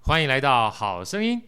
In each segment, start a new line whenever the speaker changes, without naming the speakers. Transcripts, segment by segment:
欢迎来到《好声音》。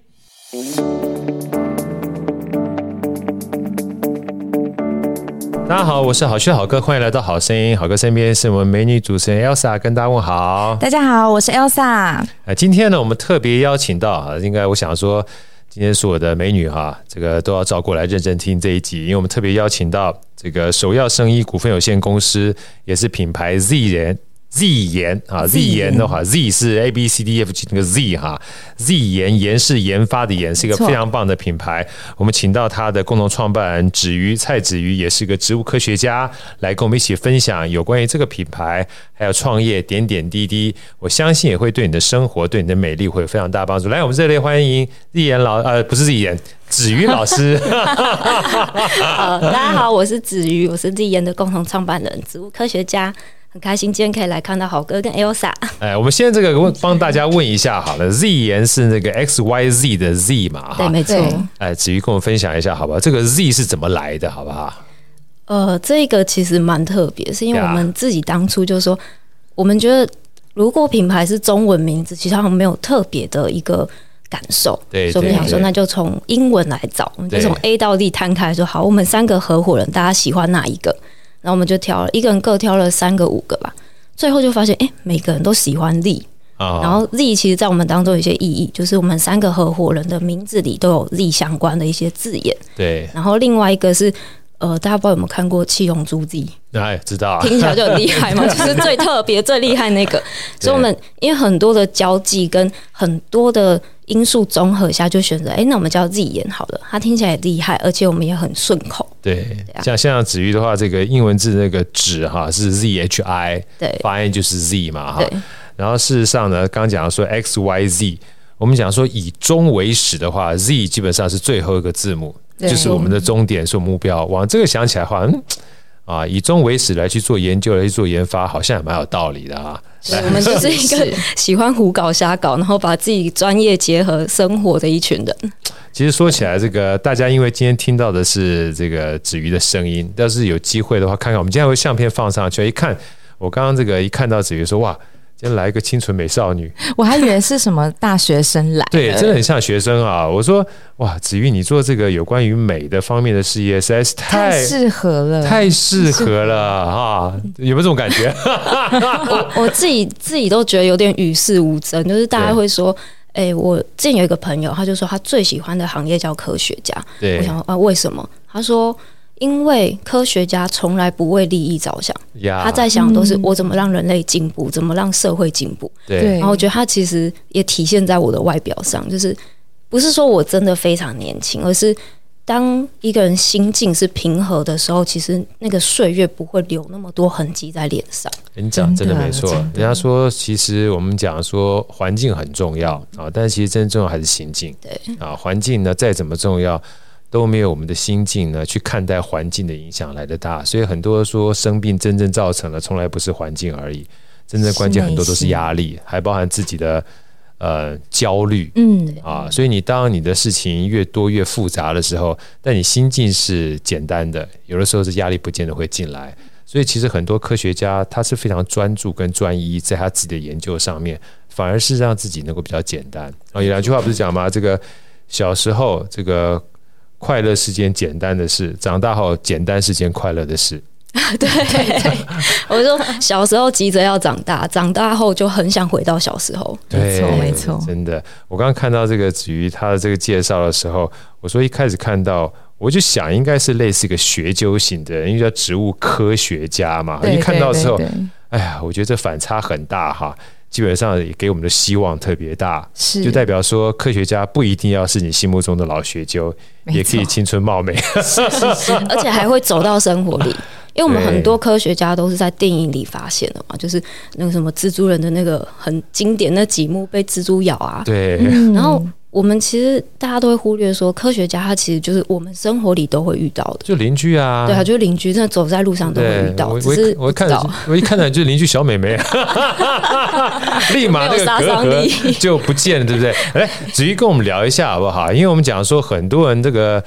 大家好，我是好趣好哥，欢迎来到《好声音》。好哥身边是我们美女主持人 Elsa，跟大家问好。
大家好，我是 Elsa。
呃，今天呢，我们特别邀请到啊，应该我想说，今天所有的美女哈、这个都要照过来认真听这一集，因为我们特别邀请到这个首要生医股份有限公司，也是品牌 Z 人 Z 研啊 Z 研的话，Z 是 A B C D E F G 那个 Z 哈、z 研研是研发的研，是一个
没错
非常棒的品牌。我们请到它的共同创办人子瑜蔡子瑜，也是个植物科学家，来跟我们一起分享有关于这个品牌还有创业点点滴滴。我相信也会对你的生活、对你的美丽会有非常大帮助。来，我们这里欢迎丽妍老呃，不是丽妍，子瑜老 师。
呃，大家好，我是子瑜，我是立研的共同创办人，植物科学家。很开心今天可以来看到好哥跟 Elsa，
哎，我们现在这个问帮大家问一下好了，Z 研是那个 X Y Z 的 Z 嘛
对，
哈。
没错。
对
哎，子瑜跟我们分享一下，好不好？这个 Z 是怎么来的，好不好？
呃，这个其实蛮特别，是因为
对
我
啊
们自己当初就说，我们觉得如果品牌是中文名字，其实好像没有特别的一个感受，
对
所以我们
对
想说
对
那就从英文来找，我们就
对
从 A 到 D 摊开说，好，我们三个合伙人大家喜欢哪一个？然后我们就挑了，一个人各挑了三个五个吧，最后就发现，哎、每个人都喜欢 D，
啊
然后 Z 其实，在我们当中有一些意义，就是我们三个合伙人的名字里都有 Z 相关的一些字眼。
对，
然后另外一个是，呃，大家不知道有没有看过《七龙珠 Z》，
哎，知道啊，
听起来就很厉害嘛，就是最特别、最厉害那个。所以我们因为很多的交际跟很多的因素综合下，就选择，哎，那我们叫 Z 眼好了，它听起来也厉害，而且我们也很顺口。
对，
啊
像像子瑜的话，这个英文字那个纸哈是 Z H I，
对
发音就是 Z 嘛哈
对。
然后事实上呢，刚讲说 X Y Z，我们讲说以终为始的话，Z 基本上是最后一个字母，
对
就是我们的终点，是我们目标。往这个想起来的话，嗯。啊，以终为始来去做研究，来去做研发，好像也蛮有道理的啊。
我们就是一个喜欢胡搞瞎搞，然后把自己专业结合生活的一群人。
其实说起来，这个大家因为今天听到的是这个子瑜的声音，要是有机会的话，看看我们今天会相片放上去，一看我刚刚这个一看到子瑜说哇。今天来一个清纯美少女，
我还以为是什么大学生来，
对，真的很像学生啊！我说哇，子瑜，你做这个有关于美的方面的事业，实在是
太
太
适合了。
太适合了啊！有没有这种感 觉？
我自己自己都觉得有点与世无争，就是大家
对
会说，哎、我之前有一个朋友，他就说他最喜欢的行业叫科学家。我
对
想说啊，为什么？他说，因为科学家从来不为利益着想，
呀，
他在想都是我怎么让人类进步，怎么让社会进步。
对
对哦
然后我觉得他其实也体现在我的外表上，就是不是说我真的非常年轻，而是。当一个人心境是平和的时候，其实那个岁月不会留那么多痕迹在脸上。
你讲真的
真的
没错，
真
人家说其实我们讲说环境很重要啊，但其实真正重要还是心境。
对
啊，环境呢再怎么重要，都没有我们的心境呢去看待环境的影响来的大。所以很多说生病真正造成的，从来不是环境而已，真正关键
是内
很多都是
心
压力，还包含自己的呃焦虑。
嗯，
啊，所以你当你的事情越多越复杂的时候，但你心境是简单的，有的时候是压力不见得会进来。所以其实很多科学家他是非常专注跟专一在他自己的研究上面，反而是让自己能够比较简单。啊，有两句话不是讲吗？这个小时候这个快乐是件简单的事，长大后简单是件快乐的事。
对， 我就小时候急着要长大，长大后就很想回到小 时候。
没
对，
错没错
真的。我刚刚看到这个子瑜他的这个介绍的时候，我说一开始看到。我就想，应该是类似一个学究型的人，因为叫植物科学家嘛。
对
一看到的时候，
对对对
哎呀，我觉得这反差很大哈，基本上也给我们的希望特别大，
是
就代表说科学家不一定要是你心目中的老学究，
没错
也可以青春貌美。
而且还会走到生活里。因为我们很多科学家都是在电影里发现的嘛，就是那个什么蜘蛛人的那个很经典那几幕被蜘蛛咬啊。
对，
嗯
然后我们其实大家都会忽略说，科学家他其实就是我们生活里都会遇到的。
就邻居啊，
对啊，就是邻居，真的走在路上都会
对
遇，到，
我
只
我一
是
我一
不
看
知道
到我一看到你就是邻居小美眉， 立马那
没有杀
个
伤
隔
力
阂就不见了，对不对？哎，子瑜跟我们聊一下好不好？因为我们讲说很多人这个。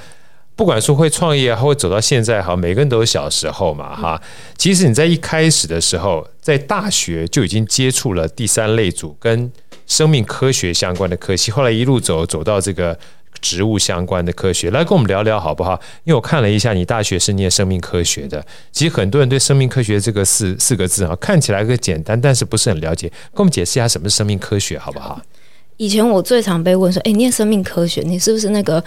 不管说会创业，还会走到现在，哈，每个人都有小时候嘛，哈。
嗯
其实你在一开始的时候，在大学就已经接触了第三类组跟生命科学相关的科系，后来一路走走到这个植物相关的科学，来跟我们聊聊好不好？因为我看了一下，你大学是念生命科学的，其实很多人对生命科学这个四四个字啊，看起来个简单，但是不是很了解，跟我们解释一下什么是生命科学好不好？
以前我最常被问说：“哎、你念生命科学，你是不是那个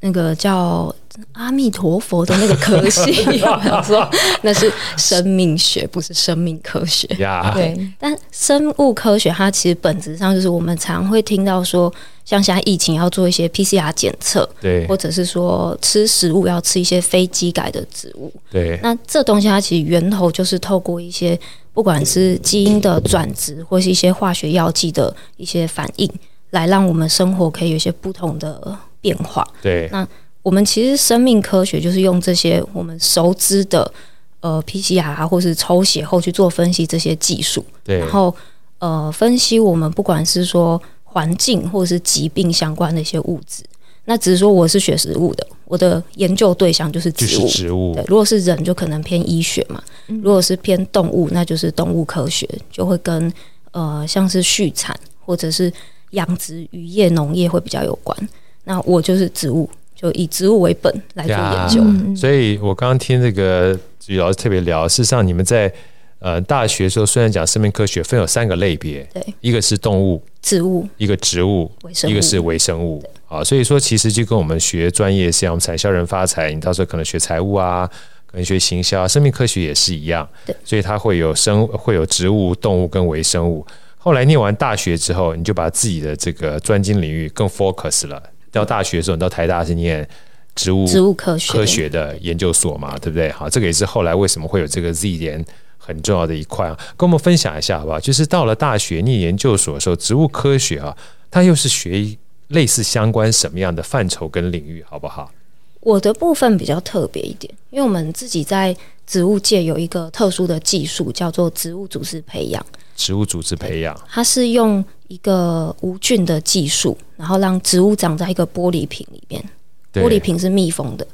那个叫阿弥陀佛的那个科系？”我想说那是生命学，不是生命科学。
呀、
对，
但生物科学它其实本质上就是我们常会听到说，像现在疫情要做一些 PCR 检测，
对
或者是说吃食物要吃一些非基改的植物。
对
那这东西它其实源头就是透过一些不管是基因的转植，或是一些化学药剂的一些反应，来让我们生活可以有一些不同的变化。
对
我们其实生命科学就是用这些我们熟知的呃 PCR 啊或是抽血后去做分析这些技术，
对
然后呃分析我们不管是说环境或是疾病相关的一些物质。那只是说我是学食物的，我的研究对象就是
就
植
是
物。
植物
对，，如果是人就可能偏医学嘛，如果是偏动物，那就是动物科学，就会跟呃像是畜产或者是养殖、渔业、农业会比较有关。那我就是植物，就以植物为本来做研究。
嗯嗯
所以我刚刚听这个李老师特别聊，事实上你们在呃大学的时候，虽然讲生命科学分有三个类别，
对，
一个是动物，
植物
一个植物，
微生物
一个是微生物啊，所以说其实就跟我们学专业是一样，我们产销人发财，你到时候可能学财务啊，可能学行销、啊，生命科学也是一样
对，
所以它会有生会有植物、动物跟微生物。后来念完大学之后，你就把自己的这个专精领域更 focus 了。到大学的时候，你到台大是念植物
植物科学，
科学的研究所嘛，对不对？好，这个也是后来为什么会有这个 Z 联很重要的一块啊，跟我们分享一下好不好？就是到了大学念研究所的时候，植物科学啊，它又是学类似相关什么样的范畴跟领域，好不好？
我的部分比较特别一点，因为我们自己在植物界有一个特殊的技术，叫做植物组织培养。
植物组织培养，
它是用一个无菌的技术，然后让植物长在一个玻璃瓶里面。
对
玻璃瓶是密封的，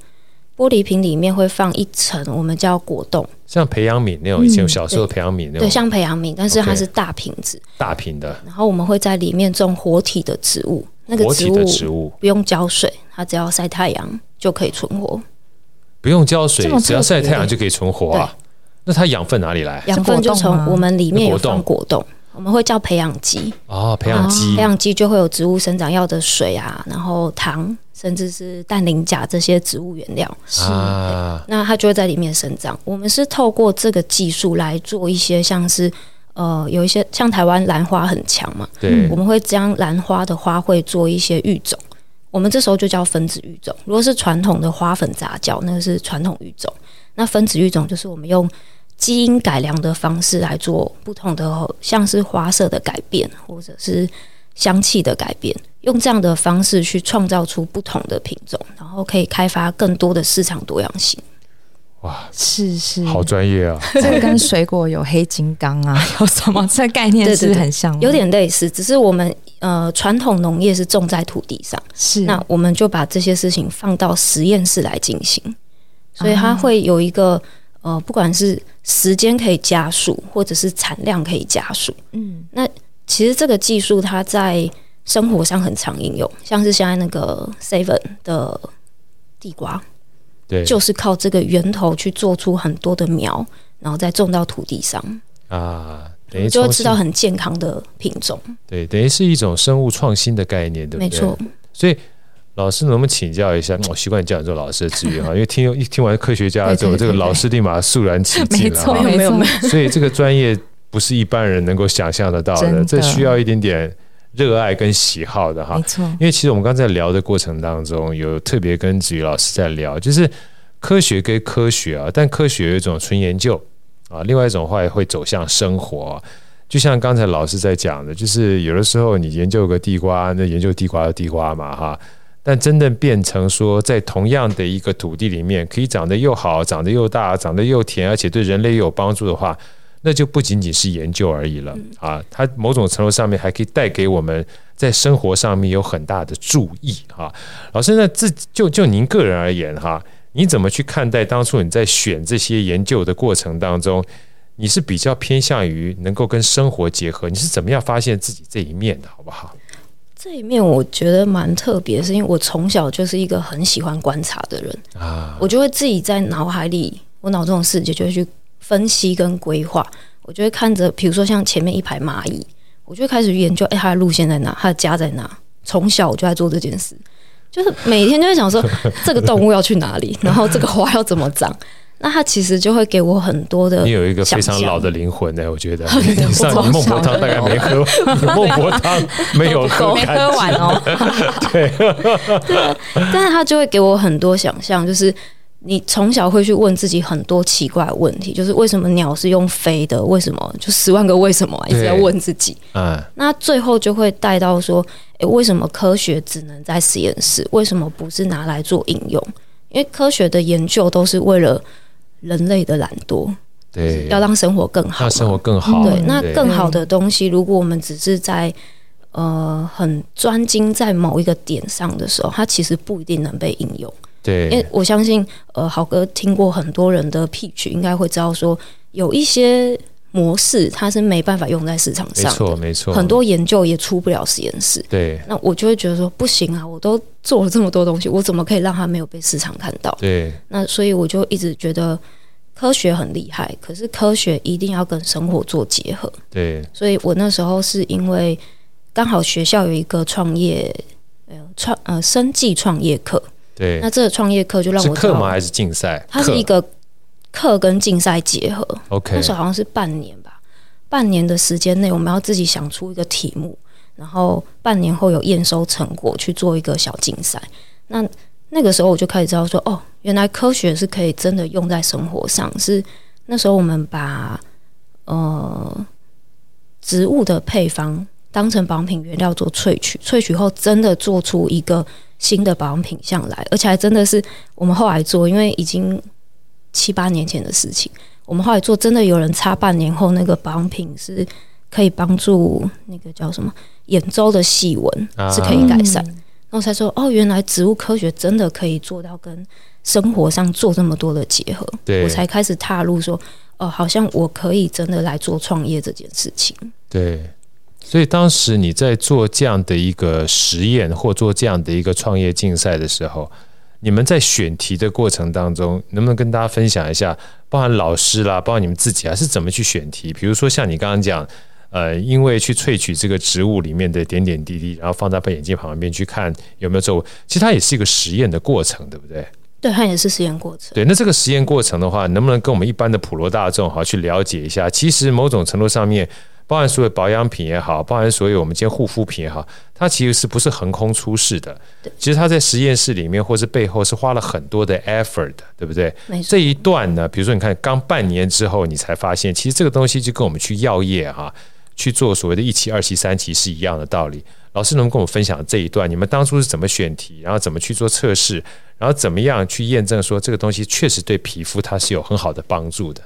玻璃瓶里面会放一层我们叫果冻，
像培养皿那种，以前
嗯
小时候培养皿那
对，
种
像培养皿，但是它
OK
是大瓶子。
大瓶的
然后我们会在里面种活体的植物，那个
活
植
体
物
的植物，
不用浇水，它只要晒太阳就可以存活，
不用浇水
这么，特别
只要晒太阳就可以存活啊。那它养分哪里来？
养分就
果冻
从
吗
我们里面有
那果冻
放果冻。我们会叫培养基，嗯
哦，培养基
啊培，养基就会有植物生长要的水啊，然后糖，甚至是氮磷钾这些植物原料。
啊，
那它就会在里面生长。我们是透过这个技术来做一些像是呃有一些像台湾兰花很强嘛，
对
我，们会将兰花的花卉做一些育种，我们这时候就叫分子育种。如果是传统的花粉杂交，那个是传统育种；那分子育种就是我们用基因改良的方式来做不同的，像是花色的改变，或者是香气的改变，用这样的方式去创造出不同的品种，然后可以开发更多的市场多样性。
哇，
是是，
啊好专业啊！
这跟水果有黑金刚啊有什么？这概念
对对
是不是
对
很像吗，
有点类似，只是我们呃传统农业是种在土地上，
是
那我们就把这些事情放到实验室来进行，所以它
啊
会有一个呃，不管是时间可以加速，或者是产量可以加速。
嗯
其实这个技术它在生活上很常应用，像是现在那个 Seven 的地瓜，
对，
就是靠这个源头去做出很多的苗，然后再种到土地上，
啊，等于
就会
重
吃
新
到很健康的品种。
对，等于是一种生物创新的概念，对不对？
没错。，
所以老师能不能请教一下？嗯我习惯叫你做老师的职 业哈，因为听一听完科学家之后，
对对对
这个老师立马肃然起
没
敬了
错
哈。
没
没有
错
没，
所以这个专业不是一般人能够想象得到
真
的，
的
这需要一点点热爱跟喜好的哈
没。错，
因为其实我们刚才聊的过程当中，有特别跟子瑜老师在聊，就是科学跟科学啊，但科学有一种纯研究啊，另外一种话也会走向生活啊、就像刚才老师在讲的，就是有的时候你研究个地瓜，那研究地瓜就地瓜嘛，哈。但真的变成说，在同样的一个土地里面，可以长得又好，长得又大，长得又甜，而且对人类又有帮助的话，那就不仅仅是研究而已了啊！它某种程度上面还可以带给我们在生活上面有很大的注意啊。老师，那自就就您个人而言哈、你怎么去看待当初你在选这些研究的过程当中，你是比较偏向于能够跟生活结合，你是怎么样发现自己这一面的，好不好？
这一面我觉得蛮特别，是因为我从小就是一个很喜欢观察的人，
啊，
我就会自己在脑海里，我脑中的世界就会去分析跟规划。我就会看着，比如说像前面一排蚂蚁，我就会开始研究，哎、它的路线在哪，它的家在哪。从小我就在做这件事，就是每天就会想说，这个动物要去哪里，然后这个花要怎么长。那它其实就会给我很多的
你有一个非常
想象
老的灵魂哎呢、我觉得
对
你上
我
你孟
从
婆
小
汤大概没喝，你孟婆汤没有喝
没
干
喝完哦。
但是他就会给我很多想象，就是你从小会去问自己很多奇怪的问题，就是为什么鸟是用飞的？为什么就十万个为什么啊、一
对
直在问自己？
嗯，
那最后就会带到说，诶、为什么科学只能在实验室？为什么不是拿来做应用？因为科学的研究都是为了人类的懒惰，
对，
要让生活更好嘛，
让生活更好。
对，那
对
更好的东西，如果我们只是在呃很专精在某一个点上的时候，它其实不一定能被应用。因为
对
我相信，呃，豪哥听过很多人的 pitch，应该会知道说，有一些模式它是没办法用在市场
没
上，
错没错，
很多研究也出不了实验室。
对
那我就会觉得说，不行啊，我都做了这么多东西，我怎么可以让它没有被市场看到？
对
那所以我就一直觉得科学很厉害，可是科学一定要跟生活做结合。
对
所以我那时候是因为刚好学校有一个创业，呃，创呃生计创业课，
对
那，这个创业课就让
是
我知
课
道
吗？还是竞赛？
它是一
课
个课跟竞赛结合，
OK
那时候好像是半年吧，半年的时间内我们要自己想出一个题目，然后半年后有验收成果去做一个小竞赛。那那个时候我就开始知道说，哦，原来科学是可以真的用在生活上。是那时候我们把呃植物的配方当成保养品原料做萃取，萃取后真的做出一个新的保养品项来，而且还真的是我们后来做，因为已经七八年前的事情。我们后来做，真的有人擦半年后，那个保养品是可以帮助那个叫什么眼周的细纹
啊
是可以改善。然后才说哦，原来植物科学真的可以做到跟生活上做这么多的结合，
对
我才开始踏入说哦，好像我可以真的来做创业这件事情。
对。所以当时你在做这样的一个实验或做这样的一个创业竞赛的时候，你们在选题的过程当中，能不能跟大家分享一下，包含老师啦，包含你们自己啊，是怎么去选题？比如说像你刚刚讲，呃，因为去萃取这个植物里面的点点滴滴，然后放在眼镜旁边去看有没有皱纹，其实它也是一个实验的过程，对不对？
对，它也是实验过程。
对，那这个实验过程的话，能不能跟我们一般的普罗大众好去了解一下？其实某种程度上面，包含所有保养品也好，包含所有我们今天护肤品也好，它其实是不是横空出世的？其实它在实验室里面或是背后是花了很多的 effort 的，对不对？
没错
这，一段呢，比如说你看，刚半年之后，你才发现，其实这个东西就跟我们去药业哈、去做所谓的一期、二期、三期是一样的道理。老师能跟我们分享这一段，你们当初是怎么选题，然后怎么去做测试，然后怎么样去验证说这个东西确实对皮肤它是有很好的帮助的？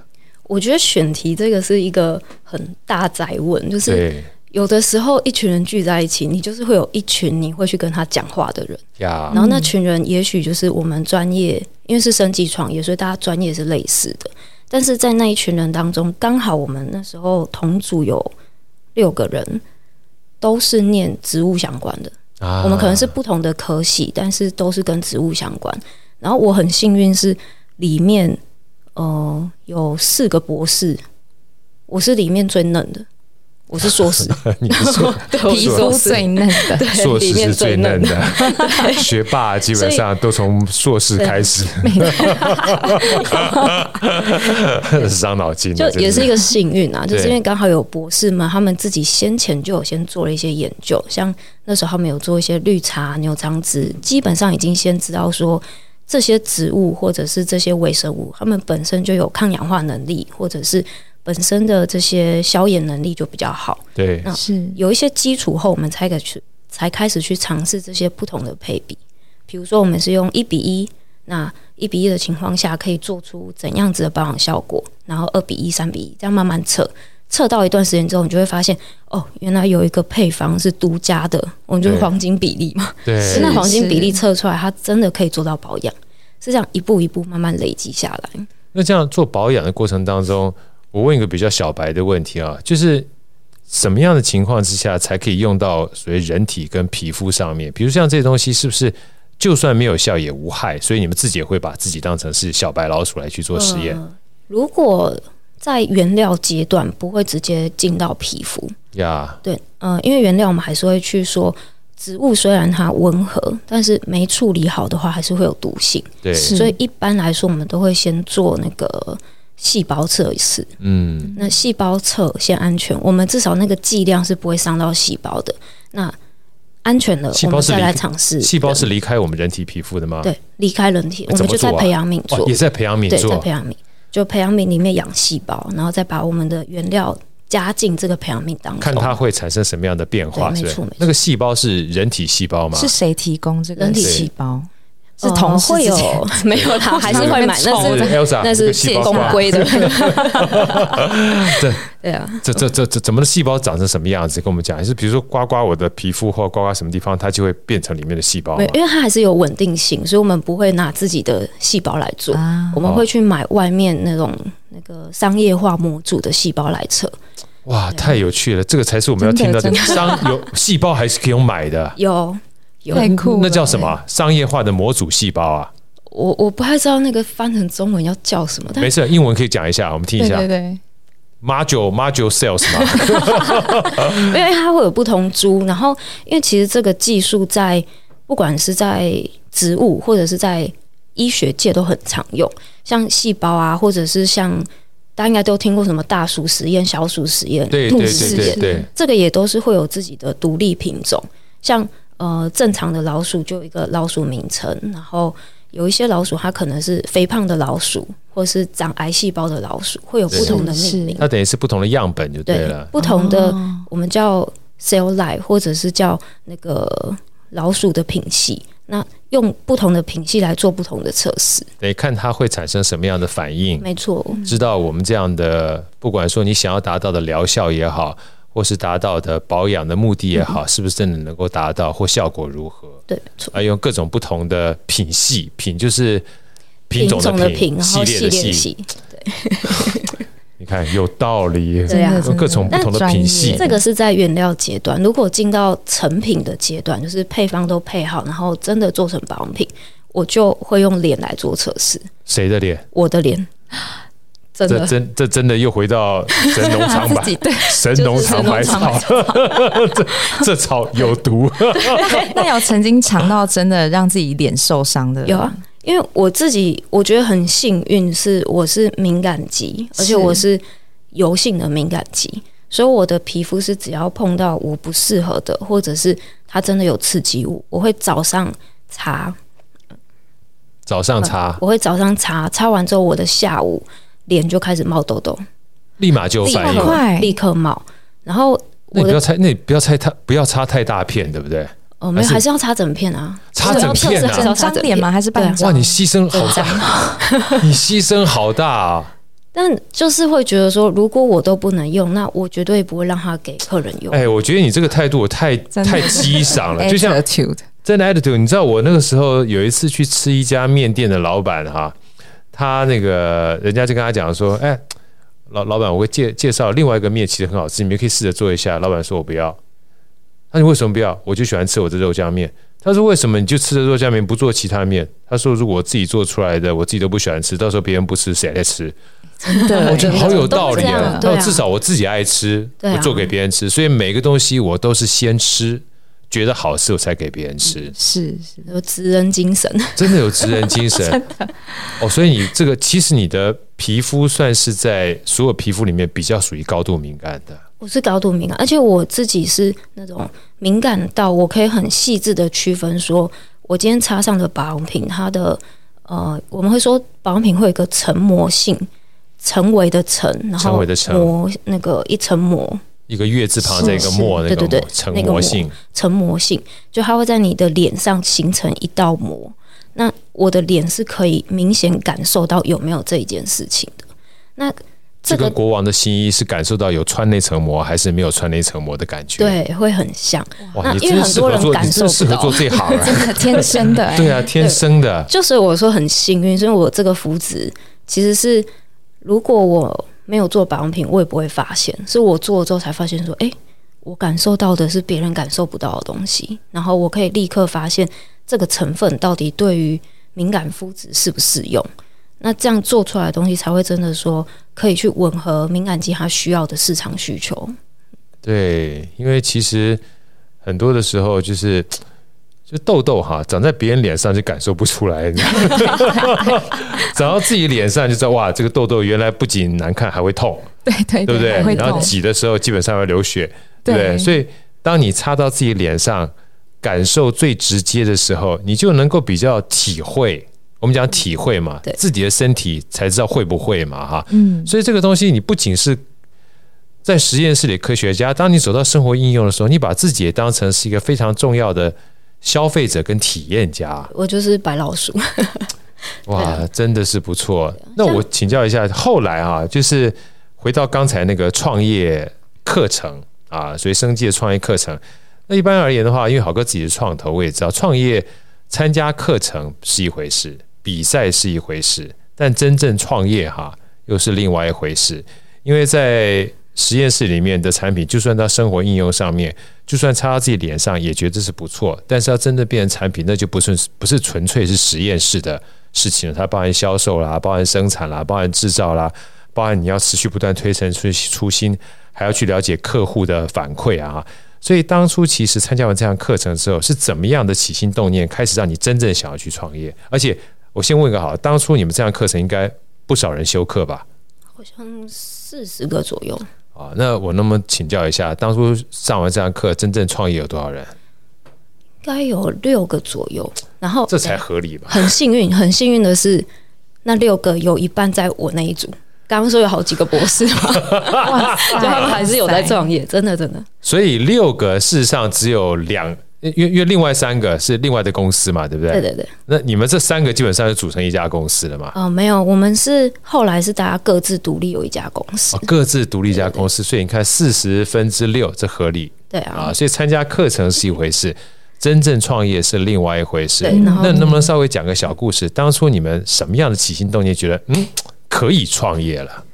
我觉得选题这个是一个很大宅问，就是
对
有的时候一群人聚在一起，你就是会有一群你会去跟他讲话的人，
呀
然，后那群人也许就是我们专业，因为是生计创业，所以大家专业是类似的。但是在那一群人当中，刚好我们那时候同组有六个人，都是念植物相关的。
啊
我们可能是不同的科系，但是都是跟植物相关。然后我很幸运是里面，呃，有四个博士，我是里面最嫩的，我是 硕士，
你是硕
对，我
皮
是
肤
硕士，
最嫩 的，
对，
硕
里
士
面
是最嫩
嫩
的， 学霸基本上都从硕士开始， 伤脑筋
就
了，
也
真
是一个幸运啊，
对
就是因为刚好有博士们，他们自己先前就有先做了一些研究，像那时候他们有做一些绿茶、牛樟子，基本上已经先知道说这些植物或者是这些微生物，它们本身就有抗氧化能力，或者是本身的这些消炎能力就比较好。
对
那
是
有一些基础后，我们才开始去才开始去尝试这些不同的配比。比如说，我们是用一比一，那一比一的情况下可以做出怎样子的保养效果，然后二比一、三比一，这样慢慢测。测到一段时间之后，你就会发现，哦，原来有一个配方是独家的，我们就是
对
黄金比例嘛。
对
是
那黄金比例测出来，它真的可以做到保养，是这样一步一步慢慢累积下来。
那这样做保养的过程当中，我问一个比较小白的问题啊，就是什么样的情况之下才可以用到所谓人体跟皮肤上面？比如像这些东西，是不是就算没有效也无害？所以你们自己也会把自己当成是小白老鼠来去做实验
呃如果在原料阶段不会直接进到皮肤，
呀？
对，呃，因为原料我们还是会去说，植物虽然它温和，但是没处理好的话，还是会有毒性。
对，
是
所以一般来说，我们都会先做那个细胞测试。
嗯，
那细胞测先安全，我们至少那个剂量是不会伤到细胞的。那安全了，
细
我
胞
们
是
再
离
来尝试。
细胞是离开我们人体皮肤的吗？，
对离开人体，我
怎
们
么
就在
做啊
培养皿
哇
做，
也在培养皿
对，在
做啊
培养皿，就培养皿里面养细胞，然后再把我们的原料加进这个培养皿当中。
看它会产生什么样的变化，
对
是不
没
是
错没错
那个细胞是人体细胞吗？
是谁提供这个
人体
细胞？是
呃
同事
哦
会
之
有
间
没有啦，还是会买，
那
那
边抽
是
是哦 Elsa，这
那是
个细胞
公
挂
规的。
对
对啊，
这这这这怎么的细胞长成什么样子？跟我们讲，就是比如说刮刮我的皮肤或刮刮什么地方，它就会变成里面的细胞
没
嘛
有，因为它还是有稳定性，所以我们不会拿自己的细胞来做，
啊，
我们会去买外面那种那个商业化模组的细胞来测。
哇，太有趣了！这个才是我们要听到的
真的
商有细胞还是可以用买的，
有 有，
太酷了，
那叫什么啊商业化的模组细胞啊？
我我不太知道那个翻成中文要叫什么，但
没事，英文可以讲一下，我们听一
对
下
对对，
module module cells 嘛，
因为它会有不同株，然后因为其实这个技术在不管是在植物或者是在医学界都很常用，像细胞啊，或者是像大家应该都听过什么大鼠实验、小鼠实验、
对
兔
对
实
对对
验，
对，
这个也都是会有自己的独立品种，像呃正常的老鼠就有一个老鼠名称，然后有一些老鼠它可能是肥胖的老鼠，或是长癌细胞的老鼠，会有不同的命名
是。
它等于是不同的样本就对了。
不同的
哦
我们叫 cell line，或者是叫那个老鼠的品系。那用不同的品系来做不同的测试，
得看它会产生什么样的反应，
没错，
知道我们这样的，不管说你想要达到的疗效也好，或是达到的保养的目的也好，是不是真的能够达到或效果如何？
嗯对，没错。
啊，用各种不同的品系，品就是品
品
种
种
的
的品，然
系
后
列
系
的
列
系。
的系，
你看有道理，
对啊
真的
用各种不同的品系
那专业
这个是在原料阶段。如果进到成品的阶段，就是配方都配好，然后真的做成保养品，我就会用脸来做测试。
谁的脸？
我的脸，真
这
的
真这真的又回到神农 尝百
自己对，
神农尝百草， 这这草有毒。
那有曾经尝到真的让自己脸受伤的？
有啊，因为我自己我觉得很幸运，是我是敏感肌，而且
是
我是油性的敏感肌，所以我的皮肤是只要碰到我不适合的，或者是它真的有刺激物，我会早上擦，
早上擦，
我会早上擦，擦完之后我的下午脸就开始冒痘痘，
立马就有
立
反
这么
应。
快
刻立刻冒，然后
那你
我
不
的
要擦，那你不要擦太不要擦太大片，对不对？
哦没
还
有
是
还是要擦整片啊，
擦整片
我要测试还
啊！
是要
整
擦
张
整
脸
片
吗？还是半
对啊
张？
哇，你牺牲好
整
大， 你牺牲好大 啊！
但就是会觉得说，如果我都不能用，那我绝对不会让它给客人用。
哎，我觉得你这个态度我太
真的哎
太激赏 了，就像
attitude
真的 attitude，你知道我那个时候有一次去吃一家面店的老板哈，他那个人家就跟他讲说，哎，老老板，我会介介绍另外一个面，其实很好吃，你们可以试着做一下。老板说我不要，他说你为什么不要？我就喜欢吃我的肉酱面。他说为什么你就吃着肉酱面不做其他面？他说如果我自己做出来的，我自己都不喜欢吃，到时候别人不吃谁来吃？
对，
我觉得好有
嗯都
道
是
理
这样
啊！
对啊
至少我自己爱吃，
对啊
我做给别人吃，所以每个东西我都是先吃，觉得好吃我才给别人
嗯
吃。
是是
有职人精神，
真的有职人精神， 哦，所以你这个其实你的皮肤算是在所有皮肤里面比较属于高度敏感的，
我是高度敏感，而且我自己是那种敏感到我可以很细致的区分说，我今天擦上的保养品，它的呃，我们会说保养品会有一个成膜性，成为的成，然
成
后
为的成
膜那个一层膜，
一个月字旁在一个墨
是
那个
对对
墨
对
成
那个
魔
膜
性，
成膜性，就它会在你的脸上形成一道膜。那我的脸是可以明显感受到有没有这一件事情的。那
这
这
跟
个
国王的新衣是感受到有穿那层膜还是没有穿那层膜的感觉。，
对会很像，
哇，
那
你
因
真的
为很
适
多
合
人
做，
感
你真的
受
适
不
合
到
做这行 啊！
真的天生的 哎，
对啊，天生的
就所以我说很幸运，所以我这个肤质其实是如果我没有做保养品，我也不会发现。是我做了之后才发现说，诶，我感受到的是别人感受不到的东西，然后我可以立刻发现这个成分到底对于敏感肤质适不适用。那这样做出来的东西才会真的说可以去吻合敏感肌它需要的市场需求。
对，因为其实很多的时候就是。就痘痘哈，长在别人脸上就感受不出来， 你知道吗长到自己脸上就知道哇，这个痘痘原来不仅难看，还会痛，
对对
对不对
还？会
然后
痛，
挤的时候基本上会流血，对不对？
对
所以当你擦到自己脸上，感受最直接的时候，你就能够比较体会。我们讲体会嘛
对，
自己的身体才知道会不会嘛，哈。
嗯，
所以这个东西，你不仅是在实验室里科学家，当你走到生活应用的时候，你把自己也当成是一个非常重要的消费者跟体验家，
我就是白老鼠，
哇，真的是不错。那
像
我请教一下，后来啊，就是回到刚才那个创业课程啊，所以生计的创业课程。那一般而言的话，因为好哥自己是创投，我也知道创业参加课程是一回事，比赛是一回事，但真正创业哈、又是另外一回事。因为在实验室里面的产品，就算到生活应用上面，就算擦到自己脸上，也觉得是不错。但是要真的变成产品，那就不是不是纯粹是实验室的事情了，它包含销售啦，包含生产啦，包含制造啦，包含你要持续不断推陈出出新，还要去了解客户的反馈啊。所以当初其实参加完这堂课程之后，是怎么样的起心动念开始让你真正想要去创业？而且我先问一个好了，当初你们这堂课程应该不少人修课吧？
好像四十个左右。
啊，那我那么请教一下，当初上完这堂课，真正创业有多少人？
应该有六个左右，然后
这才合理吧？
很幸运，很幸运的是，那六个有一半在我那一组。刚刚说有好几个博士 嘛，
哇塞
就他们还是有在，创业，真的真的。
所以六个事实上只有两，因为因为另外三个是另外的公司嘛，对不对？
对对对，
那你们这三个基本上就组成一家公司了嘛？
哦，没有，我们是后来是大家各自独立有一家公司
哦，，各自独立一家公司，所以你看四十分之六，这合理
对
啊。
啊，
所以参加课程是一回事，真正创业是另外一回事。
对，然后
那能不能稍微讲个小故事？当初你们什么样的起心动念，觉得嗯可以创业了？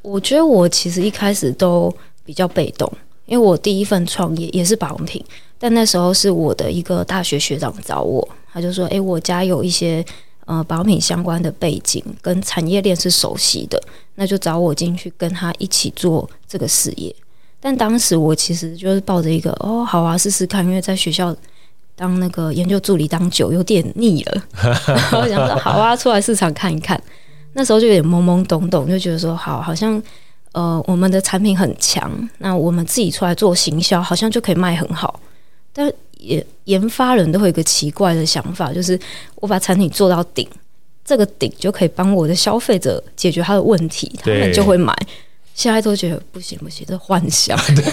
我觉得我其实一开始都比较被动，因为我第一份创业也是保养品，但那时候是我的一个大学学长找我，他就说：“诶，我家有一些呃保养品相关的背景跟产业链是熟悉的，那就找我进去跟他一起做这个事业。”但当时我其实就是抱着一个哦，好啊，试试看，因为在学校当那个研究助理当久有点腻了， 然后想说好啊，出来市场看一看。那时候就有点懵懵懂懂，就觉得说好，好像呃我们的产品很强，那我们自己出来做行销，好像就可以卖很好。但也研发人都会有一个奇怪的想法，就是我把产品做到顶，这个顶就可以帮我的消费者解决他的问题，他
对
们就会买。现在都觉得不行不行，这幻 想，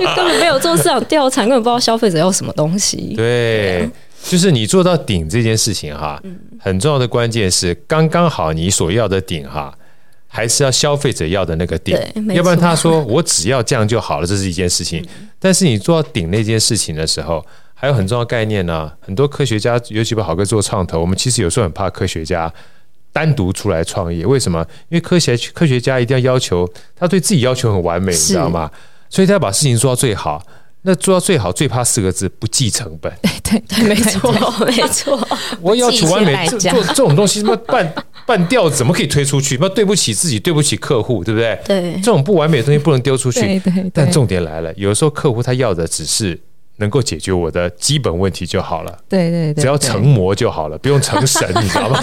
因为根本没有做市场调查，根本不知道消费者要什么东西。啊
对，就是你做到顶这件事情哈，
嗯
很重要的关键是刚刚好你所要的顶哈，还是要消费者要的那个顶
对，没错嗯
要不然他说我只要这样就好了，这是一件事情。但是你做到顶那件事情的时候，还有很重要的概念呢、很多科学家，尤其把好哥做创投，我们其实有时候很怕科学家。单独出来创业，为什么？因为科学科学家一定要要求他对自己要求很完美，你知道吗？所以他要把事情做到最好。那做到最好最怕四个字： 不计成本。
对对，没错，
没错，
我要求完美，
不
这
计一切代价
做这种东西，他妈半半吊子怎么可以推出去？他妈对不起自己，对不起客户，对不对？
对
这，种不完美的东西不能丢出
对
去。
对
但
对
重点来了，有的时候客户他要的只是能够解决我的基本问题就好了，
对对对，
只要成魔就好了，不用成神，你知道吗？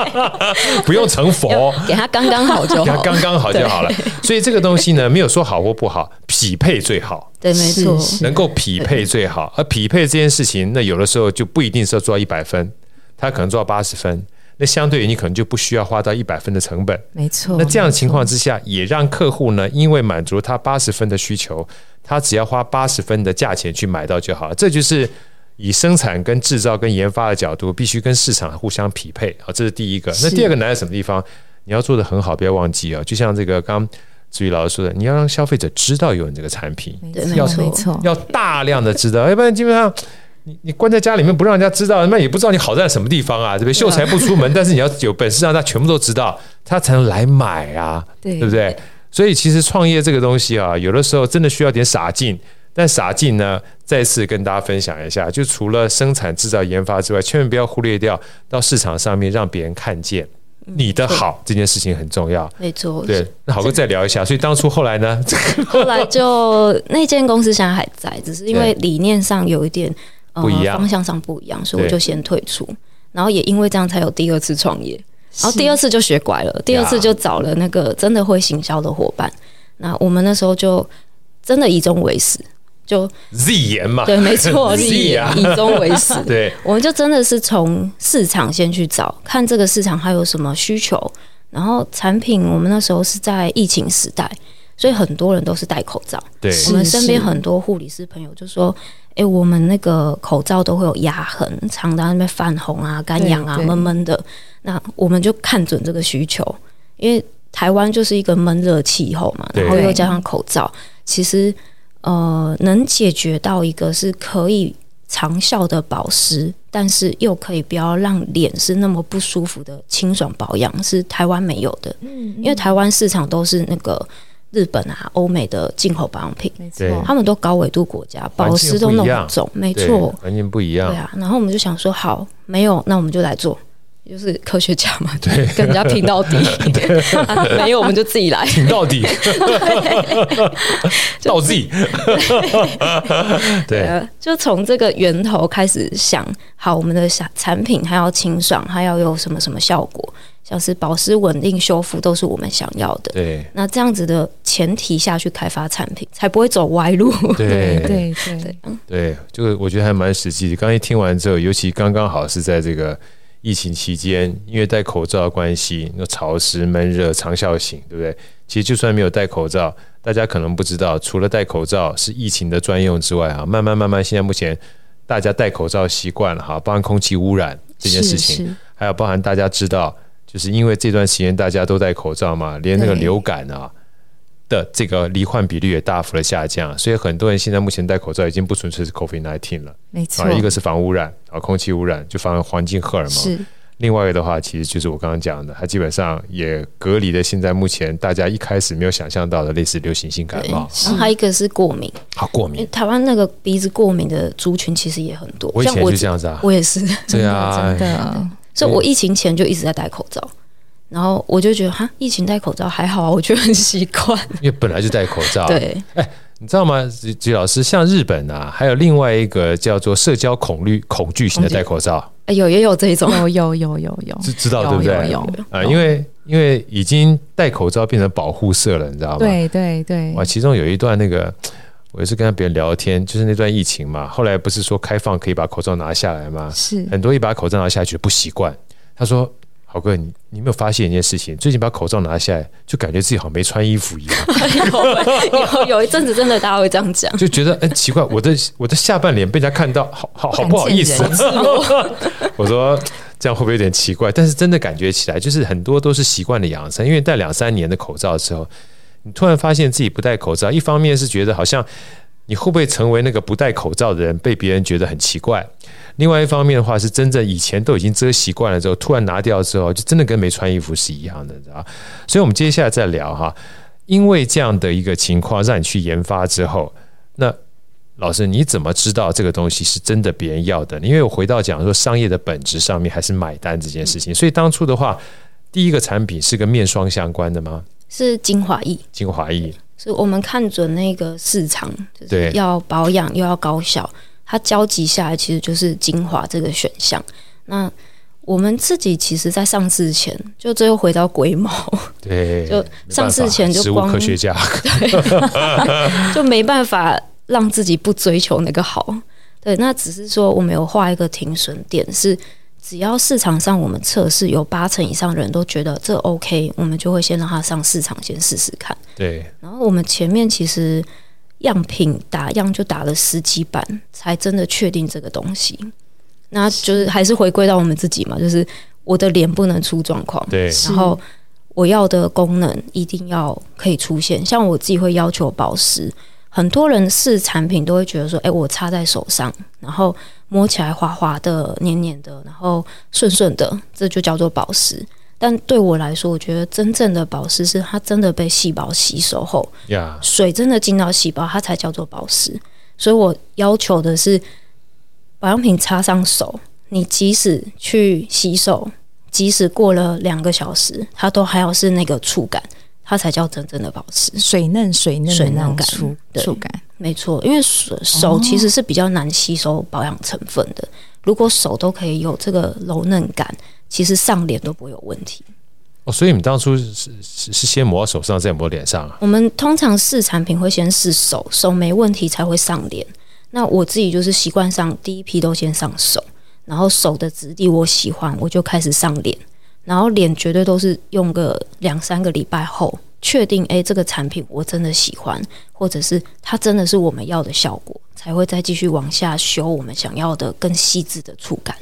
不用成佛。
给他刚刚好就
给他
好。
刚刚好就好了，所以这个东西呢，没有说好或不好，匹配最好。
对，没错，
是是
能够匹配最好。而匹配这件事情，那有的时候就不一定是要做到一百分，他可能做到八十分。那相对于你可能就不需要花到一百分的成本。
没错。
那这样的情况之下，也让客户呢，因为满足他八十分的需求，他只要花八十分的价钱去买到就好了。这就是以生产跟制造跟研发的角度，必须跟市场互相匹配啊，这是第一个。那
是
第二个难在什么地方？你要做的很好，不要忘记哦。就像这个刚刚子宇老师说的，你要让消费者知道有你这个产品，
没
对
错
没
要
错
没错，
要大量的知道，要不然基本上你你关在家里面不让人家知道，那也不知道你好在什么地方啊，对不对？秀才不出门，但是你要有本事让他全部都知道，他才能来买啊，
对
对不对？所以其实创业这个东西啊，有的时候真的需要点傻劲。但傻劲呢，再次跟大家分享一下，就除了生产、制造、研发之外，千万不要忽略掉到市场上面让别人看见你的好、这件事情很重要。
没错，
对，那好哥再聊一下。所以当初后来呢，
后来就那间公司现在还在，只是因为理念上有一点呃
不一样
方向上不一样，所以我
对
就先退出。然后也因为这样才有第二次创业，然后第二
次
次就学乖了，第二次就找了那个真的会行销的伙伴。那我们那时候就真的以终为始，就
Z 言嘛，
对，没 错，
是
以
啊
以终为始。
对
我们就真的是从市场先去找，看这个市场还有什么需求。然后产品，我们那时候是在疫情时代，所以很多人都是戴口罩。
对
我们身边
是
很多护理师朋友就说：“哎、我们那个口罩都会有压痕，常常在那边泛红啊、干痒啊、
对对
闷闷的。”那我们就看准这个需求，因为台湾就是一个闷热气候嘛，
对
然后又加上口罩，其实呃能解决到一个是可以长效的保湿，但是又可以不要让脸是那么不舒服的清爽保养，是台湾没有的。
嗯
因为台湾市场都是那个日本啊、欧美的进口保养品，
没错
对，
他们都高纬度国家，
环境
保湿都
不一
那么
样
重，没
对
错。
完全不一样
对。啊，然后我们就想说，好，没有，那我们就来做，就是科学家嘛，对，跟人家拼到底，啊没有我们就自己 来，
挺到底，到 Z，对，
呃， 就从这个源头开始想，好，我们的产产品还要清爽，还要有什么什么效果，像是保湿、稳定、修复，都是我们想要的。
对，
那这样子的前提下去开发产品，才不会走歪 路。
对，
对对对，
对，这个我觉得还蛮实际的。刚一听完之后，尤其刚刚好是在这个疫情期间，因为戴口罩的关系，那潮湿、闷热、长效型，对不对？其实就算没有戴口罩，大家可能不知道，除了戴口罩是疫情的专用之外，啊，慢慢慢慢，现在目前大家戴口罩习惯了哈，包含空气污染这件事 情，
是是
还有包含大家知道，就是因为这段时间大家都戴口罩嘛，连那个
对
流感啊的这个罹患比率也大幅的下降，所以很多人现在目前戴口罩已经不纯粹是 COVID 1 9了
没错
啊，，一个是防污染啊，空气污染就防环境荷尔蒙，
是
另外一个的话，其实就是我刚刚讲的，它基本上也隔离了现在目前大家一开始没有想象到的类似流行性感冒，
然后还有一个是嗯过敏，
好过
因为
敏，
台湾那个鼻子过敏的族群其实也很多，
我以前
像我
就这样子啊，
我也是，
对啊
真，的
所以我疫情前就一直在戴口罩，然后我就觉得哈，疫情戴口罩还好啊，我觉得很习惯。
因为本来就戴口罩，
对，
你知道吗，吉吉老师？像日本啊，还有另外一个叫做社交恐惧恐惧型的戴口罩，
哎有也有这一种，
有有有有有，
知知道
有
对不对？
有
啊、因为因为已经戴口罩变成保护色了，你知道吗？。
对对对
哇，，其中有一段那个，我也是跟别人聊天，就是那段疫情嘛，后来不是说开放可以把口罩拿下来吗？
是
很多一把口罩拿下去不习惯。他说：“豪哥，你你有没有发现一件事情？最近把口罩拿下来，就感觉自己好像没穿衣服一样。”
有有有一阵子真的大家会这样讲，
就觉得嗯奇怪，我的我的下半脸被人家看到，好好好不好意思啊
不敢？
我说这样会不会有点奇怪？但是真的感觉起来，就是很多都是习惯的养成，因为戴两三年的口罩之后，你突然发现自己不戴口罩，一方面是觉得好像你会不会成为那个不戴口罩的人，被别人觉得很奇怪；另外一方面的话，是真正以前都已经遮习惯了之后，突然拿掉之后，就真的跟没穿衣服是一样的，你知道吧？所以我们接下来再聊哈。因为这样的一个情况，让你去研发之后，那老师，你怎么知道这个东西是真的别人要的？因为我回到讲说商业的本质上面还是买单这件事
嗯
情，所以当初的话，第一个产品是跟面霜相关的吗？
是精华液，
精华液，
是我们看准那个市场，就
对
是要保养又要高效，它交集下来其实就是精华这个选项。那我们自己其实，在上市前，就最后回到龟毛，
对，
就
没办法
上市前就
植物
光
科学家，
就没办法让自己不追求那个好。对，那只是说我们有画一个停损点，是只要市场上我们测试有八成以上人都觉得这 OK，我们就会先让它上市场先试试看。
对
然后我们前面其实样品打样就打了十几版，才真的确定这个东西。那就是还是回归到我们自己嘛，就是我的脸不能出状况。
对
是
然后我要的功能一定要可以出现。像我自己会要求保湿，很多人试产品都会觉得说，哎、我擦在手上，然后摸起来滑滑的、黏黏的，然后顺顺的，这就叫做保湿。但对我来说，我觉得真正的保湿是它真的被细胞吸收后，
呀
水真的进到细胞，它才叫做保湿。所以我要求的是，保养品擦上手，你即使去洗手，即使过了两个小时，它都还要是那个触感，它才叫真正的保湿。
水嫩水嫩的
水嫩
那种
感
触
对
触感，哦
没错，因为手手其实是比较难吸收保养成分的。如果手都可以有这个柔嫩感，其实上脸都不会有问题。
哦，所以你们当初是是是先抹到手上，再抹脸上啊？
我们通常试产品会先试手，手没问题才会上脸。那我自己就是习惯上第一批都先上手，然后手的质地我喜欢，我就开始上脸，然后脸绝对都是用个两三个礼拜后确定，诶，这个产品我真的喜欢，或者是它真的是我们要的效果，才会再继续往下修我们想要的更细致的触感。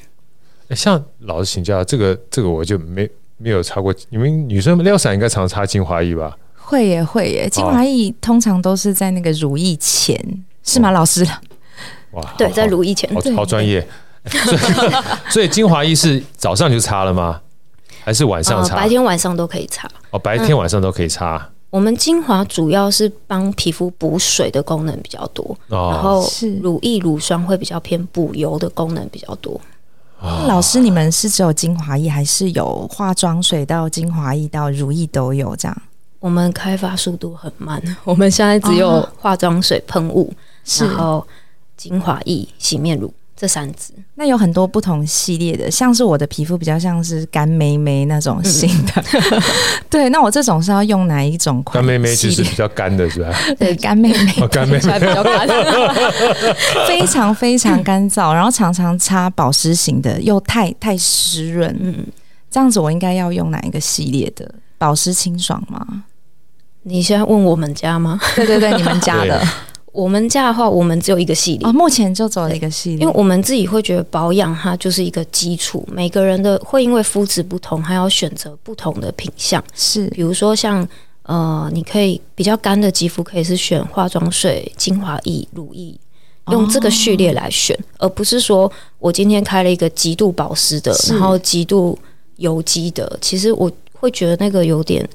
诶哎像老师请教，这个这个我就没没有擦过。你们女生撩伞应该常擦精华液吧？
会耶会耶。精华液通常都是在那个乳液前，是
哦
吗？老师，
哇，
对，
好
在如意前，
好
对
好好专业。所以 所以精华液是早上就擦了吗？还是晚上
呃，
擦？
白天晚上都可以擦。
哦，白天晚上都可以擦。
我们精华主要是帮皮肤补水的功能比较多，然
哦，
后
是
乳液、乳霜会比较偏补油的功能比较多。
哦
老师，你们是只有精华液，还是有化妆水到精华液到乳液都有这样？
我们开发速度很慢， 我们现在只有
哦
化妆水、喷雾，
是
然后精华液、洗面乳这三支。
那有很多不同系列的，像是我的皮肤比较像是干妹妹那种型 的，对。那我这种是要用哪一种
干
款？
妹妹就是比较干的，是 吧？
对干妹妹，
哦，干妹妹
才比较干， 非常非常干燥，然后常常擦保湿型的，又太太湿润。
嗯，
这样子我应该要用哪一个系列的保湿清爽 吗？
你现在问我们家吗？
对对对，你们家的
我们家的话，我们只有一个系列。
哦，目前就走了一个系列，
因为我们自己会觉得保养它就是一个基础，每个人的会因为肤质不同，还要选择不同的品相。
是
比如说像呃，你可以比较干的肌肤，可以是选化妆水、精华液、乳液，用这个序列来选，
哦
而不是说我今天开了一个极度保湿的，
是
然后极度油肌的。其实我会觉得那个有点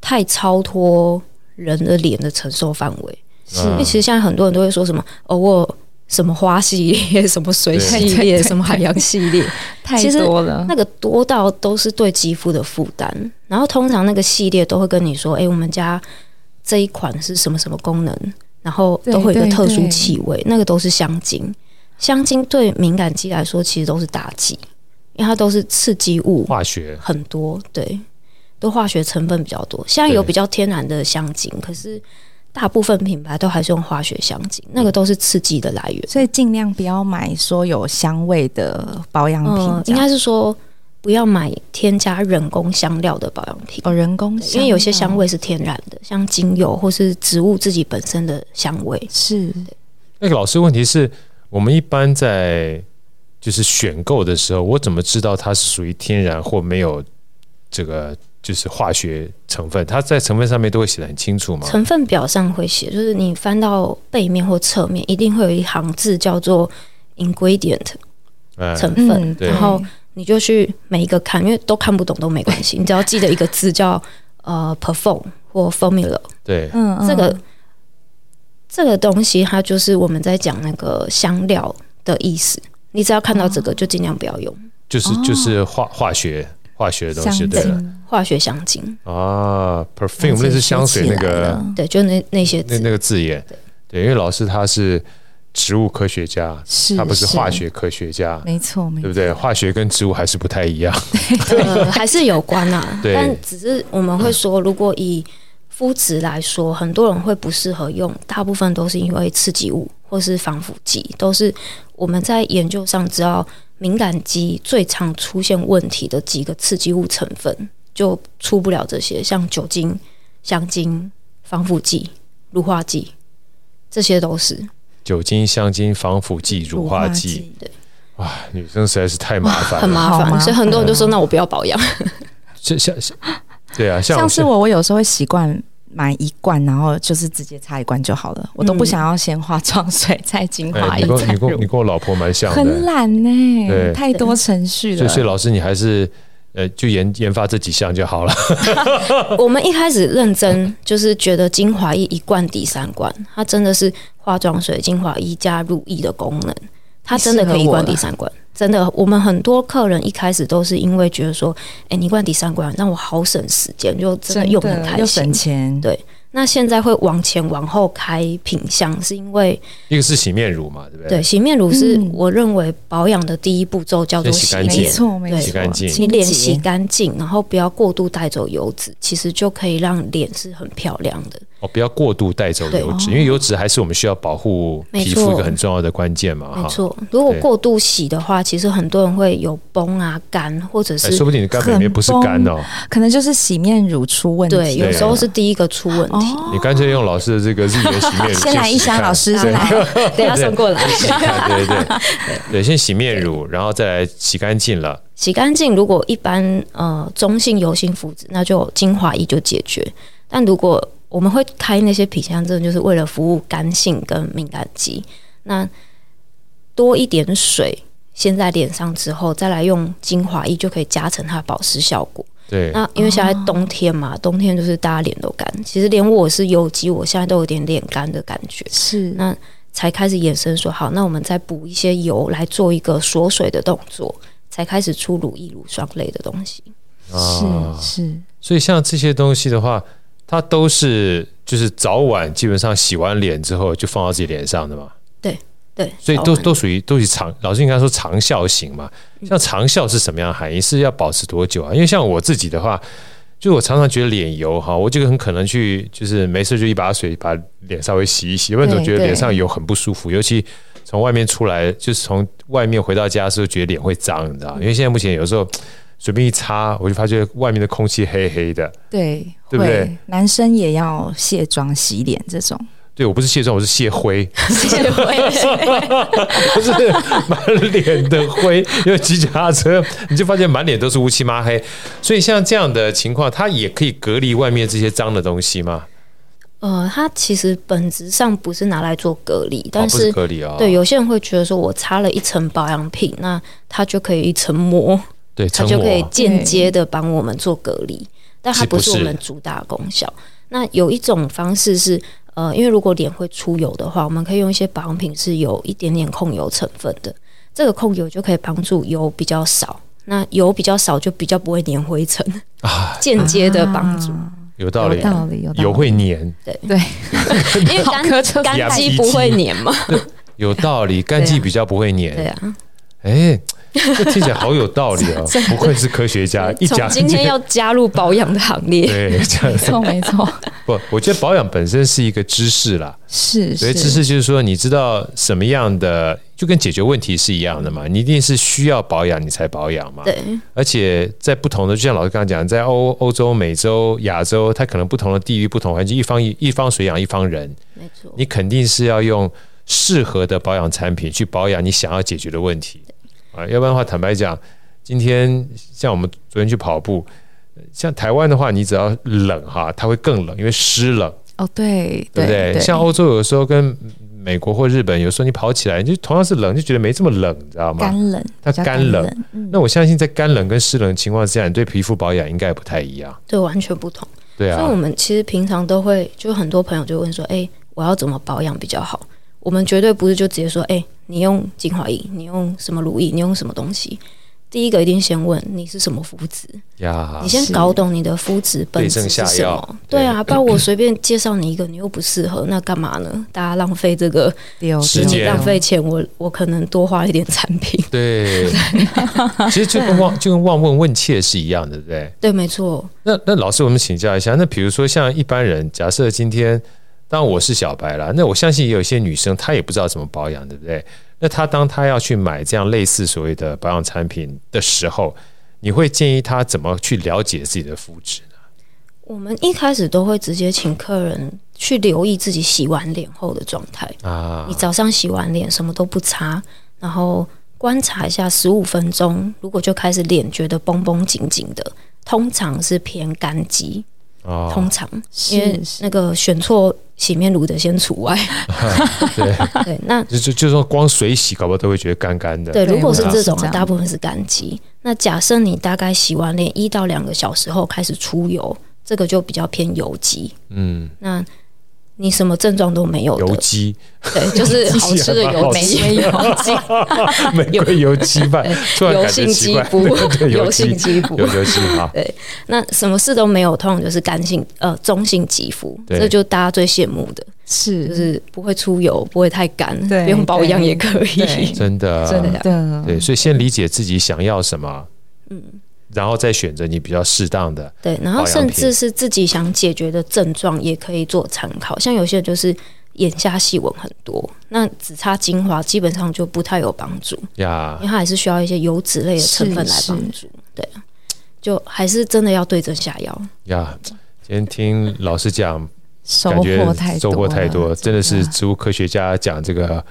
太超脱人的脸的承受范围，
是
嗯
因为其实现在很多人都会说什么哦，我。什么花系列， 什么水
对
系
对对
列，
对
什么海洋系列，
太
其实
多了。
那个多到都是对肌肤的负担。然后通常那个系列都会跟你说，诶，我们家这一款是什么什么功能，然后
对
都会有一个特殊
对
气味，那个都是香精。香精对敏感肌来说其实都是打击，因为它都是刺激物
化学
很多，对，都化学成分比较多。现在有
对
比较天然的香精，可是大部分品牌都还是用化学香精，那个都是刺激的来源。
所以尽量不要买说有香味的保养品
嗯，，
这
应
样
该是说不要买添加人工香料的保养品。
哦人工香料，嗯
因为有些香味是天然的，像精油或是植物自己本身的香味。
是
那个老师，问题是我们一般在就是选购的时候，我怎么知道它是属于天然或没有这个就是化学成分？它在成分上面都会写的很清楚嘛？
成分表上会写，就是你翻到背面或侧面，一定会有一行字叫做 ingredient
嗯，
成分，
嗯，
对
然后你就去每一个看，因为都看不懂都没关系，你只要记得一个字叫呃 perform 或 formula，
对，
嗯嗯
这个这个东西它就是我们在讲那个香料的意思。你只要看到这个，就尽量不要用
就是就是化化学化学的东
香
西，
精
对了
化学香精，
啊，perfume
自己
类似香水
学
那
起来
个
了
对，就那那些字
那。那个字眼，对，因为老师他是植物科学家，
是
他不是
嗯是
化学科学家，
没错没
对不，
错
对？化学跟植物还是不太一样。，
呃，还是有关啊
对
但只是我们会说，如果以肤质来说，很多人会不适合用，大部分都是因为刺激物或是防腐剂，都是我们在研究上知道敏感肌最常出现问题的几个刺激物成分就出不了这些，像酒精、香精、防腐剂、乳化剂，这些都是。
酒精、香精、防腐剂、乳化剂，
剂
哇，女生实在是太麻烦
很
了。
麻
好麻
烦，所以很多人就说：“那我不要保养。”
像像，对啊，像
像是我，我有时候会习惯买一罐，然后就是直接擦一罐就好了，我都不想要先化妆 水再精华
嗯哎，你
液
跟我
再
你跟我
乳
你，跟我老婆蛮像
很
的，
懒呢、
对
太多程序
所
了
以。所以老师你还是呃就研研发这几项就好了。
我们一开始认真就是觉得精华液一罐抵三罐，它真的是化妆水、精华液加乳液的功能，它真的可以一罐抵三罐。真的，我们很多客人一开始都是因为觉得说，哎、你一罐抵三罐，让我好省时间，就真的用得很开
又
心
省。钱，
对那现在会往前往后开品相，是因为
一个是洗面乳嘛，对不对？
对洗面乳是
嗯
我认为保养的第一步骤，叫做
先洗
洗
干
脸
净
没错没
对
错，
洗干净
你
清
脸
洁
洗干净，然后不要过度带走油脂，其实就可以让脸是很漂亮的。
哦，不要过度带走油脂，
对
因为油脂还是我们需要保护
没
皮
错
肤一个很重要的关键嘛，
没
哈。
错，如果
对
过度洗的话，其实很多人会有崩啊、干，或者
哎，
是
说不定你根本里面不是干哦，
可能就是洗面乳出问题了。
哎
对，有
啊
时候是第一个出问题。
哦，
你干脆用老师的这个日元洗面乳
先来一箱，老
师。
师 先来，
等下送过来。
洗看对对对 对，先洗面乳，然后再来洗干净了。
洗干净，如果一般呃中性油性肤质，那就精华液就解决。但如果我们会开那些皮箱，真的就是为了服务干性跟敏感肌。那多一点水先在脸上之后，再来用精华液就可以加成它的保湿效果。
对，
嗯
那因为现在冬天嘛，冬天就是大家脸都干，其实连我是油肌，我现在都有点脸干的感觉。
是
那才开始衍生说好，那我们再补一些油来做一个锁水的动作，才开始出乳液、乳霜类的东西。
啊
是是，
所以像这些东西的话，它都是就是早晚基本上洗完脸之后就放到自己脸上的嘛，
对，
所以
早
都
晚
都属于都是长，老师应该说长效型嘛。像长效是什么样的含义？是要保持多久啊？因为像我自己的话，就我常常觉得脸油哈，我这个很可能去就是没事就一把水把脸稍微洗一洗，因为总觉得
对
脸上油很不舒服，尤其从外面出来，就是从外面回到家的时候，觉得脸会脏，你知道吗？因为现在目前有时候随便一擦，我就发觉外面的空气黑黑的。
对，
对不对
会男生也要卸妆洗脸这种，
对我不是卸妆，我是卸灰，
是会
不是满脸的灰，因为骑脚踏车，你就发现满脸都是乌漆嘛黑。所以像这样的情况，它也可以隔离外面这些脏的东西吗？
呃，它其实本质上不是拿来做隔离，但
哦、不
是
隔离哦，
对有些人会觉得说我擦了一层保养品，那它就可以一层膜，
对，啊
它
成
就
膜
可以间接的帮我们做隔离，但它不是我们主打功效。那有一种方式是，呃，因为如果脸会出油的话，我们可以用一些保养品是有一点点控油成分的，这个控油就可以帮助油比较少。那油比较少，就比较不会粘灰尘，
啊，
间接的帮助。
啊
有道理
有，道理有道理
有会粘，
因 为干
好苛刻
干肌不会粘嘛。
有道理，干
对
季
啊
比较不会粘。
对啊，
哎，这听起来好有道理 哦，不愧是科学家，啊一
从
讲
今天要加入保养的行列。
对这样
没
子
错没错，
不，我觉得保养本身是一个知识啦。
是
所以
是
知识就是说，你知道什么样的，就跟解决问题是一样的嘛。你一定是需要保养，你才保养嘛。
对，
而且在不同的，就像老师刚刚讲，在欧欧洲、美洲、亚洲，它可能不同的地域、不同环境，一方一一方水养一方人，
没错。
你肯定是要用适合的保养产品去保养你想要解决的问题啊。要不然的话，坦白讲，今天像我们昨天去跑步，呃像台湾的话，你只要冷哈，它会更冷，因为湿冷。
哦，对
对不对？
对，
像欧洲有的时候跟美国或日本，有时候你跑起来，你就同样是冷，就觉得没这么冷，你知道吗？
干冷，
它
比较
干
干
冷
冷，嗯
那我相信在干冷跟湿冷的情况之下，你对皮肤保养应该也不太一样，
对，完全不同。
对
所以我
啊，
们其实平常都会，就很多朋友就问说：“哎、我要怎么保养比较好？”我们绝对不是就直接说：“哎、你用精华液，你用什么乳液，你用什么东西。”第一个一定先问你是什么肤质，
呀
你，先搞懂你的肤质本质是
对症下
什么
药。
对啊，不然我随便介绍你一个，你又不适合，那干嘛呢？大家浪费这个，
丢
时
丢
间
浪费钱，我我可能多花一点产 品。
对，其实就跟望就跟望问问切是一样的，对不对？
对，没错，
那那老师，我们请教一下，那比如说像一般人，假设今天，当然我是小白啦，那我相信也有一些女生她也不知道怎么保养，对不对？那她当她要去买这样类似所谓的保养产品的时候，你会建议她怎么去了解自己的肤质呢？
我们一开始都会直接请客人去留意自己洗完脸后的状态。
啊
你，早上洗完脸什么都不擦，然后观察一下十五分钟，如果就开始脸觉得绷绷紧紧的，通常是偏干肌。
啊，
通常因为
是是
那个选错洗面乳的先除外。
对，
对，那
就就就说光水洗，搞不好都会觉得干干的。
对，
对
如果是
我也
这
是
种
这
啊，
样
大部分是干肌。那假设你大概洗完脸一到两个小时后开始出油，这个就比较偏油肌。
嗯，
那你什么症状都没有的，
油鸡，
对，就是好吃的油
其
肌，
实
没有，
玫瑰油鸡 饭，突然
油
感觉
性
奇
肌
怪，，
肤
对油
油
肌
性肌肤
有。油鸡啊，
那什么事都没有，通常就是干性呃中性肌肤，
对
这就大家最羡慕的，就是是不会出油，不会太干，
对
不用保养也可
对
以。
真的，啊
真的，
对，所以先理解自己想要什么，嗯，然后再选择你比较适当的，
对，然
保
后
养
甚
品
至是自己想解决的症状也可以做参考，像有些人就是眼下细纹很多，那只擦精华基本上就不太有帮助，
呀
因为，它还是需要一些油脂类的成分来帮助。对，就还是真的要对症下药。
呀，今天听老师讲，
收
感觉
获太多，
收获太多，真的是
真的
植物科学家讲这个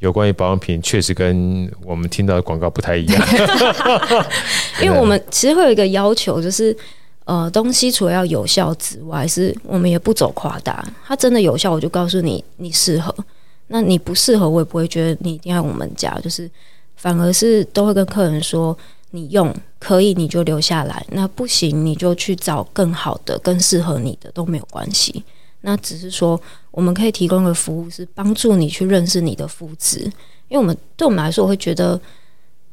有关于保养品，确实跟我们听到的广告不太一样。
因为我们其实会有一个要求，就是呃，东西除了要有效之外，是我们也不走夸大。它真的有效，我就告诉你你适合；那你不适合，我也不会觉得你一定要我们家，就是反而是都会跟客人说，你用可以你就留下来，那不行你就去找更好的、更适合你的都没有关系。那只是说，我们可以提供的服务是帮助你去认识你的肤质，因为我们对我们来说，我会觉得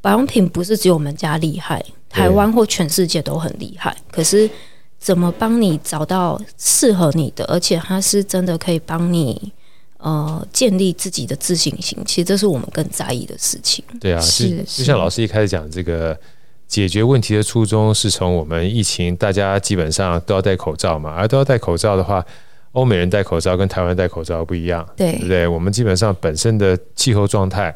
保养品不是只有我们家厉害，台湾或全世界都很厉害。可是怎么帮你找到适合你的，而且它是真的可以帮你呃建立自己的自信心，其实这是我们更在意的事情。
对啊，就是就是像老师一开始讲，这个解决问题的初衷是从我们疫情，大家基本上都要戴口罩嘛，而都要戴口罩的话，欧美人戴口罩跟台湾戴口罩不一样，对不
对，
对？我们基本上本身的气候状态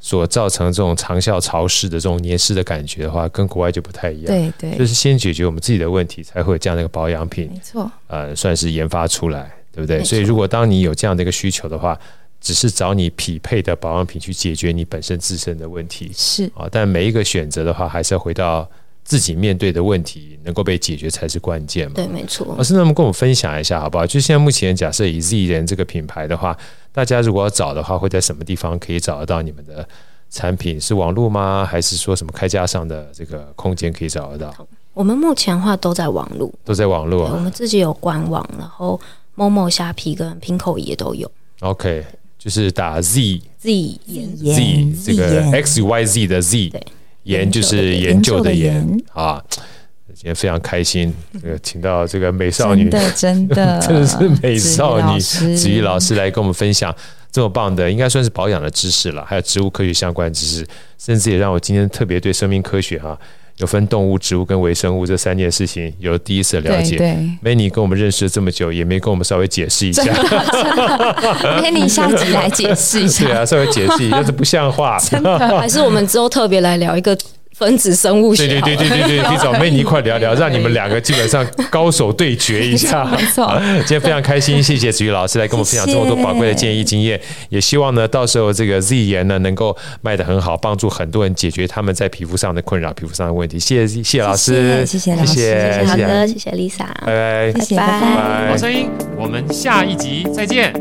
所造成这种长效潮湿的这种黏湿的感觉的话，跟国外就不太一样。
对
就
对，
是先解决我们自己的问题，才会有这样的一个保养品。
没错，
呃，算是研发出来，对不对？
没错
所以如果当你有这样的一个需求的话，只是找你匹配的保养品去解决你本身自身的问题
是
啊。但每一个选择的话，还是要回到自己面对的问题能够被解决才是关键嘛。
对，没错
老。师，那么跟我们分享一下好不好？就现在目前假设以 Z 人这个品牌的话，大家如果要找的话，会在什么地方可以找得到你们的产品？是网络吗？还是说什么开架上的这个空间可以找得到？
我们目前的话都在网络，
都在网络
对我
啊。
们自己有官网，然后某某虾皮跟平口也都有。
OK，就是打 Z
自己研
Z
研
这个
研
X Y Z 的 Z，
对
研就是研
研
究的
究的研
研啊。今天非常开心，这个请到这个美少女
真的真的
真的是美少女子
子
瑜
瑜
老
老师，
师来跟我们分享这么棒的，应该算是保养的知识了，还有植物科学相关知识，甚至也让我今天特别对生命科学哈、有分动物、植物跟微生物这三件事情有第一次的了
对
解。
对，
Many 跟我们认识了这么久，也没跟我们稍微解释一下，
那你下集来解释一
对
下，
啊，稍微解释一下，这不像话。
还是我们之后特别来聊一个分子生物
对对
学好
对
了。
对对对，提早妹你一块聊聊，让你们两个基本上高手对决一下。
没错，
今天非常开心，谢谢子瑜老师来跟我们分享这么多宝贵的建议经验，也希望呢，到时候这个 Z 研呢能够卖得很好，帮助很多人解决他们在皮肤上的困扰、皮肤上的问题。谢谢，谢谢老师，
谢谢谢谢
谢
老师
谢，
好
谢谢，
的，谢谢 Lisa。
拜拜。
谢谢，
拜
拜
拜
拜。
好声音，我们下一集再见。